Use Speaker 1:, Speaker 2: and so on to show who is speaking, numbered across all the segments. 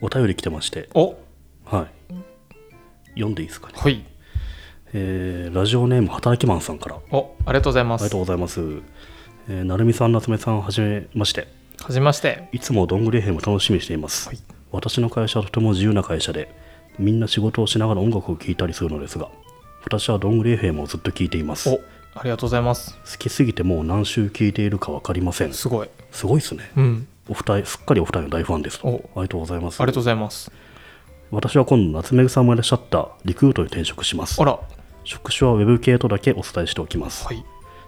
Speaker 1: お便り来てまして、
Speaker 2: お
Speaker 1: はい、読んでいいですかね、
Speaker 2: はい
Speaker 1: えーラジオネーム働きマンさんからあ
Speaker 2: おありがとうございま
Speaker 1: りが
Speaker 2: す
Speaker 1: とうございます、えー、なるみさん夏目さんはじめまして
Speaker 2: はじめまして
Speaker 1: いつもどんぐり編を楽しみにしています、
Speaker 2: はい
Speaker 1: 私の会社はとても自由な会社でみんな仕事をしながら音楽を聴いたりするのですが私はどんぐり編をずっと聴いています
Speaker 2: お
Speaker 1: 好
Speaker 2: ありがとうございます
Speaker 1: きすぎてもう何週聴いているか分かりませんす
Speaker 2: すごい
Speaker 1: ごいですね
Speaker 2: うん
Speaker 1: お二人すっかりお二人の大ファンですと
Speaker 2: お
Speaker 1: ありがとうございます
Speaker 2: ありがとうございます
Speaker 1: 私は今度夏目さんもいらっしゃったリクルートに転職します
Speaker 2: あらは
Speaker 1: 職種はウェブ系とだけお伝えしておきます
Speaker 2: い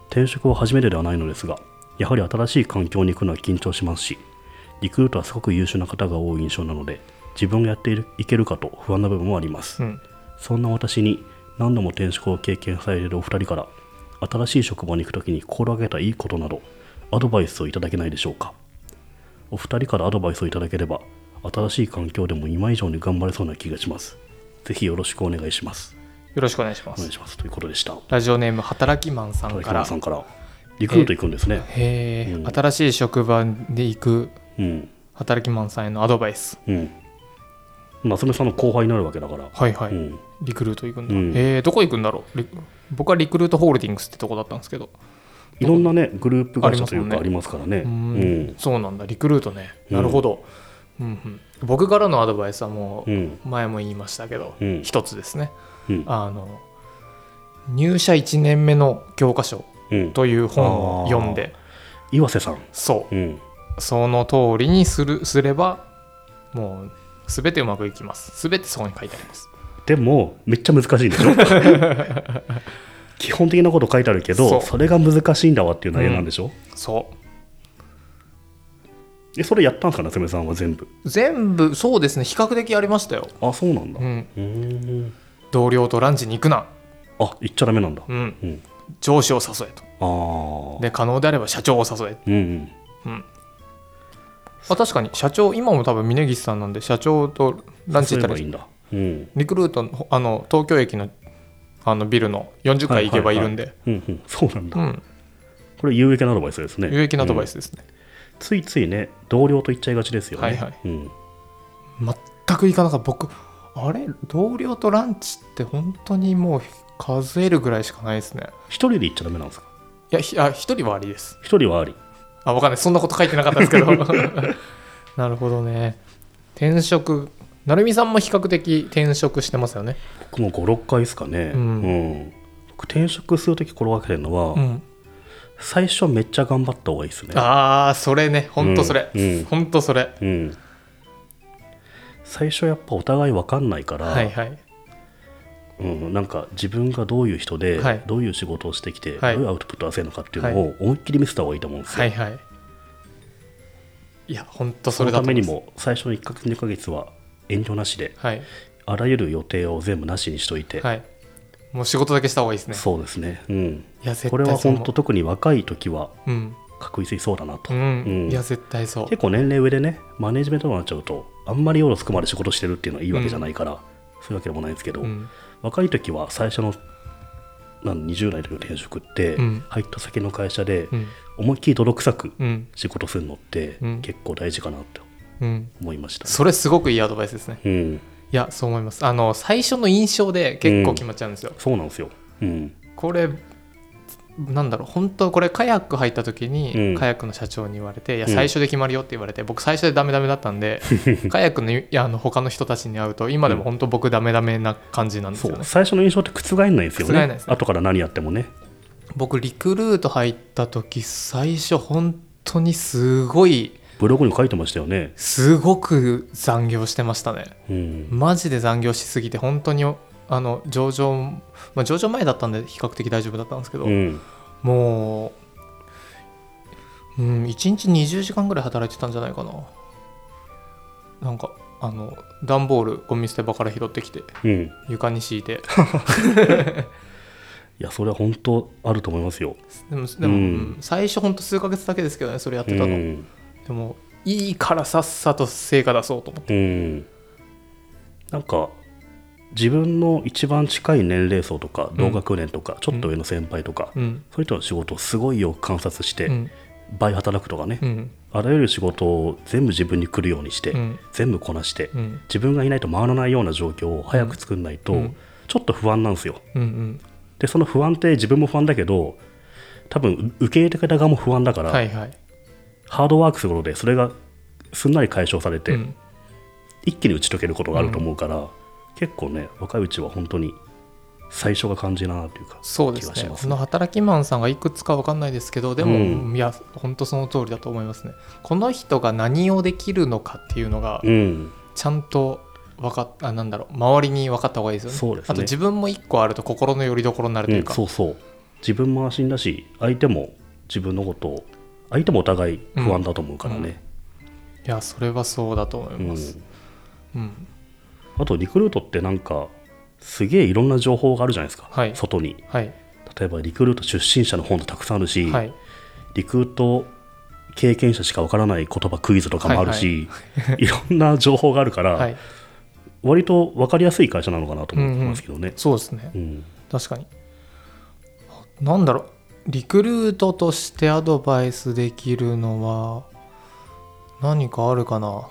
Speaker 1: 転職は初めてではないのですがやはり新しい環境に行くのは緊張しますしリクルートはすごく優秀な方が多い印象なので自分がやっているいけるかと不安な部分もあります、
Speaker 2: うん
Speaker 1: そんな私に何度も転職を経験されるお二人から新しい職場に行くときに心がけたいいことなどアドバイスをいただけないでしょうかお二人からアドバイスをいただければ新しい環境でも今以上に頑張れそうな気がしますぜひよろしくお願いします
Speaker 2: よろしくお願いしま
Speaker 1: お願い
Speaker 2: す
Speaker 1: しますということでした
Speaker 2: ラジオネーム働きマンさん
Speaker 1: 竹
Speaker 2: から
Speaker 1: 山さんからリクルート行くんですね
Speaker 2: へえ、
Speaker 1: うん
Speaker 2: 新しい職場で行く
Speaker 1: うん
Speaker 2: 働きマンさんへのアドバイス
Speaker 1: うん夏目さんの後輩になるわけだから、
Speaker 2: はいはい、
Speaker 1: うん、
Speaker 2: リクルート行くんだ、
Speaker 1: うん
Speaker 2: へえどこ行くんだろうリ僕はリクルートホールディングスってとこだったんですけど
Speaker 1: いろんなねグループ会社というかあ
Speaker 2: あ
Speaker 1: り
Speaker 2: り
Speaker 1: ますからね
Speaker 2: う
Speaker 1: う
Speaker 2: ーん
Speaker 1: ん
Speaker 2: そうなんだリクルートね
Speaker 1: うん
Speaker 2: なるほど、うんうん僕からのアドバイスはも
Speaker 1: うん
Speaker 2: う前も言いましたけど、
Speaker 1: うん
Speaker 2: 一つですね
Speaker 1: うん
Speaker 2: あの入社1年目の教科書
Speaker 1: うん
Speaker 2: という本を読んで
Speaker 1: 岩瀬さん
Speaker 2: そ
Speaker 1: うん
Speaker 2: うその通りにするすればもう全てうまくいきます全てそこに書いてあります
Speaker 1: でもめっちゃ難しいんで しょ基本的なこと書いてあるけ
Speaker 2: そ
Speaker 1: ど
Speaker 2: う
Speaker 1: それが難しいんだわっていう内容なんでしょ、
Speaker 2: そう
Speaker 1: えそれやったんですか夏目さんは全部
Speaker 2: 全部そうですね比較的やりましたよ、
Speaker 1: あそうなんだ
Speaker 2: う、
Speaker 1: うんーん
Speaker 2: 同僚とランチに行くな、
Speaker 1: あ言っちゃダメなんだ
Speaker 2: うん、
Speaker 1: うん
Speaker 2: 上司を誘えと
Speaker 1: ああ
Speaker 2: で可能であれば社長を誘
Speaker 1: う
Speaker 2: え、
Speaker 1: んうん
Speaker 2: うん、あ確かに社長今も多分峯岸さんなんで社長とランチ行った
Speaker 1: そういえばいい
Speaker 2: り
Speaker 1: んだうん
Speaker 2: リクルートのあの東京駅のあのビルの40階行けばいるんで、
Speaker 1: うんうん、そうなんだ、
Speaker 2: うん
Speaker 1: これ有益なアドバイスですね
Speaker 2: 有益なアドバ
Speaker 1: うん
Speaker 2: イスですね、
Speaker 1: ついついね同僚と言っちゃいがちですよね、
Speaker 2: はいはい
Speaker 1: うん、
Speaker 2: 全く行かなかった僕あれ同僚とランチって本当にもう数えるぐらいしかないですね
Speaker 1: 一人で行っちゃダメなんですか
Speaker 2: いやひあ一人はありです
Speaker 1: 一人はあり
Speaker 2: あ、わかんない。そんなこと書いてなかったですけ ど。なるほどね。転職。なるみさんも比較的転職してますよね。
Speaker 1: 僕も56回ですかね
Speaker 2: うん
Speaker 1: うん僕転職する時心がけてるのは、
Speaker 2: うん。
Speaker 1: 最初はめっちゃ頑張った方がいいですね
Speaker 2: ああ、それね。ほんとそれ。
Speaker 1: うんうん
Speaker 2: ほんとそれ。
Speaker 1: うん最初やっぱお互い分かんないから、
Speaker 2: はいはい。
Speaker 1: うん、なんか自分がどういう人で、
Speaker 2: はい
Speaker 1: どういう仕事をしてきて、
Speaker 2: はい
Speaker 1: どういうアウトプットを出せるのかっていうのを思いっきり見せた方がいいと思うんですよ、
Speaker 2: はいはい。いや、ほんと
Speaker 1: そ
Speaker 2: それ
Speaker 1: の
Speaker 2: だ
Speaker 1: た
Speaker 2: と思
Speaker 1: めに
Speaker 2: います。
Speaker 1: も最初の1か月2か月は遠慮なしで
Speaker 2: はい。
Speaker 1: あらゆる予定を全部なしにしといて、
Speaker 2: はい。もう仕事だけした方がいいですね。
Speaker 1: そうですね、うん、
Speaker 2: いや、絶対
Speaker 1: これは
Speaker 2: そう思
Speaker 1: 本
Speaker 2: う
Speaker 1: 当特に若い時は
Speaker 2: うん。
Speaker 1: 確実にそうだなと、
Speaker 2: うん。
Speaker 1: うん
Speaker 2: いや、絶対そう。
Speaker 1: 結構年齢上でねマネジメントになっちゃうとあんまり夜遅くまで仕事してるっていうのはいいわけじゃないから、そういうわけでもないんですけど、
Speaker 2: うん。
Speaker 1: 若い時は最初のなん20代の時の転職って、
Speaker 2: うん
Speaker 1: 入った先の会社で
Speaker 2: うん。
Speaker 1: 思いっきり泥臭く
Speaker 2: うん。
Speaker 1: 仕事するのって
Speaker 2: うん
Speaker 1: 結構大事かなと
Speaker 2: うん。
Speaker 1: 思いました、
Speaker 2: それすごくいいアドバイスですね。
Speaker 1: うん、
Speaker 2: いや、そう思います。あの、最初の印象で結構決まっちゃうんですよ。
Speaker 1: そうなんですよ、うん、
Speaker 2: これなんだろう本当これカヤック入った時に、
Speaker 1: うん
Speaker 2: カヤックの社長に言われて「いや
Speaker 1: うん
Speaker 2: 最初で決まるよ」って言われて、僕最初でダメダメだった んでカヤックのいやあの他の人たちに会うと今でも本当僕ダメダメな感じなんです
Speaker 1: そ
Speaker 2: よ
Speaker 1: う
Speaker 2: ね、
Speaker 1: 最初の印象って覆らないんですよ
Speaker 2: 覆ら
Speaker 1: ね
Speaker 2: ないですね
Speaker 1: 後から何やってもね
Speaker 2: 僕リクルート入った時最初本当にすごい
Speaker 1: ブログに書いてましたよね、
Speaker 2: すごく残業してましたね
Speaker 1: うん、
Speaker 2: マジで残業しすぎて本当にあの上場、まあ、上場前だったんで比較的大丈夫だったんですけど、
Speaker 1: うん
Speaker 2: もう、うん、1日20時間ぐらい働いてたんじゃないかな。なんか、あの、段ボール、ゴミ捨て場から拾ってきて、
Speaker 1: うん
Speaker 2: 床に敷いて、
Speaker 1: いや、それは本当あると思いますよ。
Speaker 2: でも、でも
Speaker 1: う
Speaker 2: うんん最初、ほんと数ヶ月だけですけどね、それやってた
Speaker 1: う
Speaker 2: の。
Speaker 1: ん、
Speaker 2: でも、いいからさっさと成果出そうと思って。
Speaker 1: うん。なんか、自分の一番近い年齢層とか、同学年とか、ちょっと上の先輩とか、
Speaker 2: うん。
Speaker 1: そういう人の仕事をすごいよく観察して、
Speaker 2: うん
Speaker 1: 倍働くとかね、
Speaker 2: うん
Speaker 1: あらゆる仕事を全部自分に来るようにして、
Speaker 2: うん
Speaker 1: 全部こなして、
Speaker 2: うん
Speaker 1: 自分がいないと回らないような状況を早く作んないと、
Speaker 2: うん
Speaker 1: ちょっと不安なんですよ
Speaker 2: うんうん
Speaker 1: でその不安って自分も不安だけど多分受け入れ方側も不安だから、
Speaker 2: はいはい
Speaker 1: ハードワークすることでそれがすんなり解消されて、
Speaker 2: うん
Speaker 1: 一気に打ち解けることがあると思うから、結構ね若いうちは本当に最初が感じだなというか
Speaker 2: そうです
Speaker 1: 気がし
Speaker 2: ね
Speaker 1: ます
Speaker 2: この働きマンさんがいくつかわかんないですけどでも、
Speaker 1: う
Speaker 2: いや本当その通りだと思いますねこの人が何をできるのかっていうのが
Speaker 1: うん
Speaker 2: ちゃんとわかっあなんだろう周りに分かった方がいいですよね
Speaker 1: そうですね
Speaker 2: あと自分も一個あると心の拠り所になると
Speaker 1: う
Speaker 2: いうんか、
Speaker 1: そうそう自分も安心だし相手も自分のことを相手もお互い不安だと思うからね、
Speaker 2: いやそれはそうだと思い
Speaker 1: うん
Speaker 2: ます、うん
Speaker 1: あとリクルートってなんかすげえいろんな情報があるじゃないですか、
Speaker 2: はい
Speaker 1: 外に
Speaker 2: はい
Speaker 1: 例えばリクルート出身者の本ってたくさんあるし、
Speaker 2: はい
Speaker 1: リクルート経験者しかわからない言葉クイズとかもあるし、 いろんな情報があるから、
Speaker 2: はい
Speaker 1: 割と分かりやすい会社なのかなと思ってますけどね。
Speaker 2: そうですね
Speaker 1: うん
Speaker 2: 確かになんだろうリクルートとしてアドバイスできるのは何かあるかな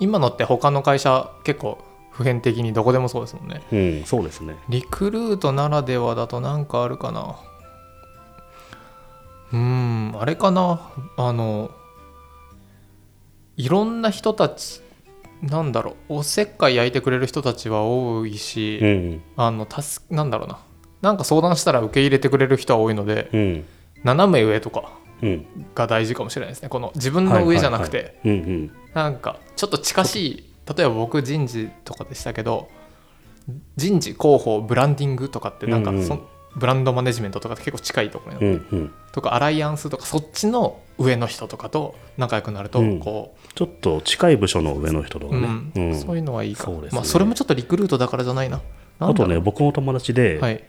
Speaker 2: 今のって他の会社結構普遍的にどこでもそうですもんね
Speaker 1: うんそうですね。
Speaker 2: リクルートならではだと何かあるかなうーんあれかなあのいろんな人たちなんだろうおせっかい焼いてくれる人たちは多いし、
Speaker 1: うん
Speaker 2: あのたすなんだろうななんか相談したら受け入れてくれる人は多いので
Speaker 1: うん
Speaker 2: 斜め上とか
Speaker 1: うん。
Speaker 2: が大事かもしれないですねこの自分の上じゃなくて、
Speaker 1: はいはいはいうん
Speaker 2: なんかちょっと近しい例えば僕人事とかでしたけど人事広報ブランディングとかってなんか
Speaker 1: うんうん
Speaker 2: そ、ブランドマネジメントとかって結構近いところに、
Speaker 1: うんうんうん。
Speaker 2: とかアライアンスとかそっちの上の人とかと仲良くなると
Speaker 1: うん
Speaker 2: こう、
Speaker 1: ちょっと近い部署の上の人とか
Speaker 2: う
Speaker 1: ね。
Speaker 2: ん
Speaker 1: うん
Speaker 2: そういうのはいいか
Speaker 1: そう
Speaker 2: も、
Speaker 1: ですね
Speaker 2: まあ、それもちょっとリクルートだからじゃないな
Speaker 1: あ
Speaker 2: なんだ
Speaker 1: と
Speaker 2: ろ
Speaker 1: ね
Speaker 2: う
Speaker 1: 僕の友達で、
Speaker 2: はい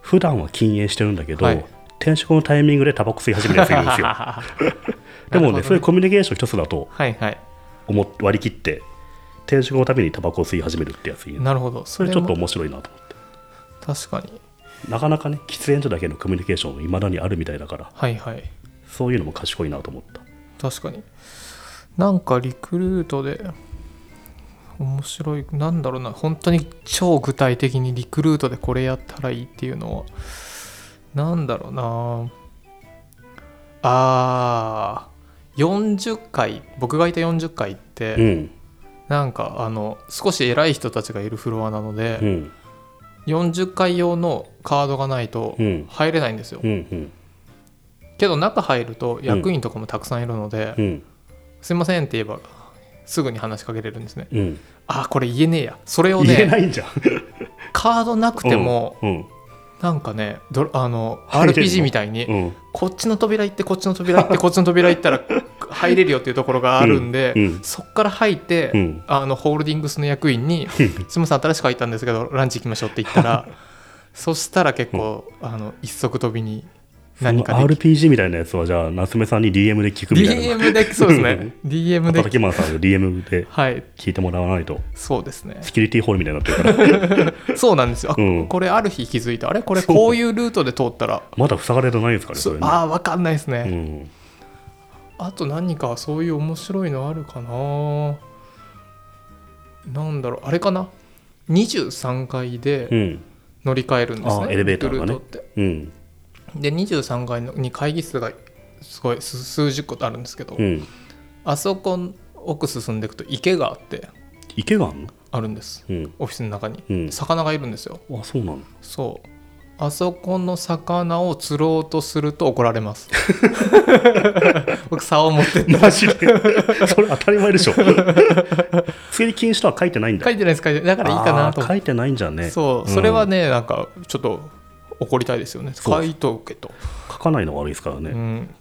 Speaker 1: 普段は禁煙してるんだけど、
Speaker 2: はい
Speaker 1: 転職のタイミングでタバコ吸い始めるやつがいるんですよ でも
Speaker 2: なるほ
Speaker 1: ね
Speaker 2: どね
Speaker 1: そういうコミュニケーション一つだと
Speaker 2: はいはい
Speaker 1: 思っ割り切って転職のためにタバコを吸い始めるってやついる
Speaker 2: なるほどそ
Speaker 1: それ
Speaker 2: れ
Speaker 1: ちょっ
Speaker 2: も
Speaker 1: と面白いなと思って
Speaker 2: 確かに
Speaker 1: なかなかね喫煙所だけのコミュニケーションいまだにあるみたいだから
Speaker 2: はいはい
Speaker 1: そういうのも賢いなと思った
Speaker 2: 確かになんかリクルートで面白いなんだろうな本当に超具体的にリクルートでこれやったらいいっていうのはなんだろうなあー40回僕がいた40回って、
Speaker 1: うん
Speaker 2: なんかあの少し偉い人たちがいるフロアなの
Speaker 1: う
Speaker 2: で、
Speaker 1: ん
Speaker 2: 40回用のカードがないと
Speaker 1: うん
Speaker 2: 入れないんですよ、
Speaker 1: うんうん
Speaker 2: けど中入ると役員とかもたくさんいるので、
Speaker 1: うん
Speaker 2: すいませんって言えばすぐに話しかけれるんですね
Speaker 1: うん
Speaker 2: あこれ言えねえやそれを
Speaker 1: 言え
Speaker 2: ね
Speaker 1: ないんじゃん
Speaker 2: カードなくても、
Speaker 1: うん
Speaker 2: なんかねどあの
Speaker 1: 入れるの
Speaker 2: RPG みたいに、
Speaker 1: うん
Speaker 2: こっちの扉行ってこっちの扉行ってこっちの扉行ったら入れるよっていうところがあるんで、
Speaker 1: うんうん
Speaker 2: そっから入って、
Speaker 1: うん
Speaker 2: あのホールディングスの役員に「すみません新しく入ったんですけどランチ行きましょう」って言ったらそしたら結構、あの一足飛びに何かでき
Speaker 1: RPG みたいなやつはじゃあ夏目さんに DM で聞くみたいな
Speaker 2: DM でそうですね DM で
Speaker 1: 畑山さんの DM で
Speaker 2: はい
Speaker 1: 聞いてもらわないと
Speaker 2: そうですね
Speaker 1: セキュリティホールみたいになってる から
Speaker 2: そうなんですよ、あ
Speaker 1: うん
Speaker 2: これある日気づいたあれこれこういうルートで通ったら
Speaker 1: まだ塞がれてないですからね
Speaker 2: そ
Speaker 1: そうれね
Speaker 2: ああ分かんないですね、
Speaker 1: うん
Speaker 2: あと何かそういう面白いのあるかななんだろうあれかな23階
Speaker 1: う
Speaker 2: で
Speaker 1: ん
Speaker 2: 乗り換えるんですね、
Speaker 1: あーエレベーターがね
Speaker 2: ルトって
Speaker 1: うん
Speaker 2: で23階のに会議室がすごい数数十個あるんですけど、
Speaker 1: うん
Speaker 2: あそこ奥進んでいくと池があって
Speaker 1: 池があんの
Speaker 2: あるんです
Speaker 1: うん
Speaker 2: オフィスの中に、
Speaker 1: うん
Speaker 2: 魚がいるんですよ
Speaker 1: あそうなの
Speaker 2: そうあそこの魚を釣ろうとすると怒られます 僕竿持って
Speaker 1: マジで それ当たり前でしょ 釣り禁止とは書いてないんだ
Speaker 2: 書いてないです書いてないだからいいかなと
Speaker 1: あー
Speaker 2: 思
Speaker 1: 書
Speaker 2: っ
Speaker 1: いてないんじゃね
Speaker 2: てそうそれはね、なんかちょっと怒りたいですよね
Speaker 1: そう
Speaker 2: 書いとけと、
Speaker 1: うん書かないのが悪いですからね、
Speaker 2: うん、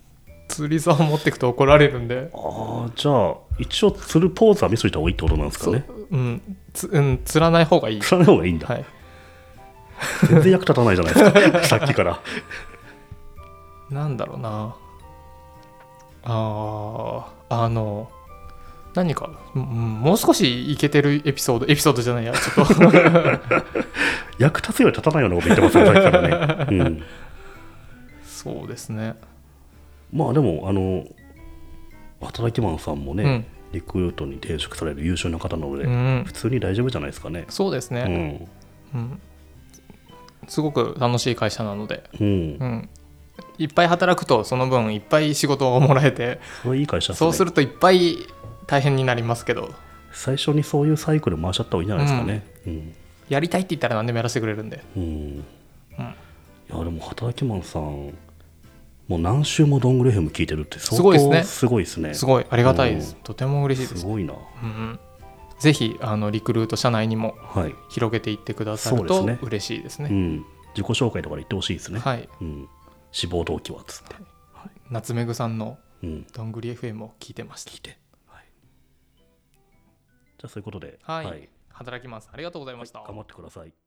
Speaker 2: 釣り竿持ってくと怒られるんで
Speaker 1: ああじゃあ一応釣るポーズは見せといた方がいいってことなんですか
Speaker 2: そう
Speaker 1: ね
Speaker 2: うんつうん、釣らない方がいい、
Speaker 1: 釣らない方がいいんだ、
Speaker 2: はい、
Speaker 1: 全然役立たないじゃないですか さっきから
Speaker 2: なんだろうなあーあの何か、うんうんもう少しいけてるエピソードエピソードじゃないやちょっと
Speaker 1: 役立つより立たないようなこと言ってますねさっきからね、うん、
Speaker 2: そうですね。
Speaker 1: まあでもあの働きマンさんもね、
Speaker 2: うん
Speaker 1: リクルートに転職される優秀な方なので、
Speaker 2: うん
Speaker 1: 普、通に大丈夫じゃないですかね。
Speaker 2: そうですね、うん、すごく楽しい会社なので、
Speaker 1: うん、うん
Speaker 2: う、ん、いっぱい働くとその分いっぱい仕事がもらえて
Speaker 1: それいい会社ですね。
Speaker 2: そうするといっぱい大変になりますけど
Speaker 1: 最初にそういうサイクル回しちゃった方がいいんじゃないですかね。うん、
Speaker 2: やりたいって言ったら何でもやらせてくれるんで、
Speaker 1: うん、
Speaker 2: うん
Speaker 1: いやでも働きマンさん、もう何週もドングレフム聞いてるって相
Speaker 2: すごいです
Speaker 1: 当
Speaker 2: ね
Speaker 1: すごいですね。
Speaker 2: すごいありがたいです、
Speaker 1: う
Speaker 2: とても嬉しいです
Speaker 1: すごいな。
Speaker 2: うんうん、ぜひあのリクルート社内にも
Speaker 1: はい。
Speaker 2: 広げていってくださ
Speaker 1: そう
Speaker 2: る
Speaker 1: です
Speaker 2: と
Speaker 1: ね
Speaker 2: 嬉しいですね
Speaker 1: うん、自己紹介とかで言ってほしいですね。
Speaker 2: はい
Speaker 1: うん、志望動機はっつって。
Speaker 2: 夏目ぐさんの
Speaker 1: うん、
Speaker 2: どんぐり FM を聞いてました
Speaker 1: 聞いて。はい、じゃあそういうことで、
Speaker 2: はい、働きますありがとうございました、
Speaker 1: 頑張ってください。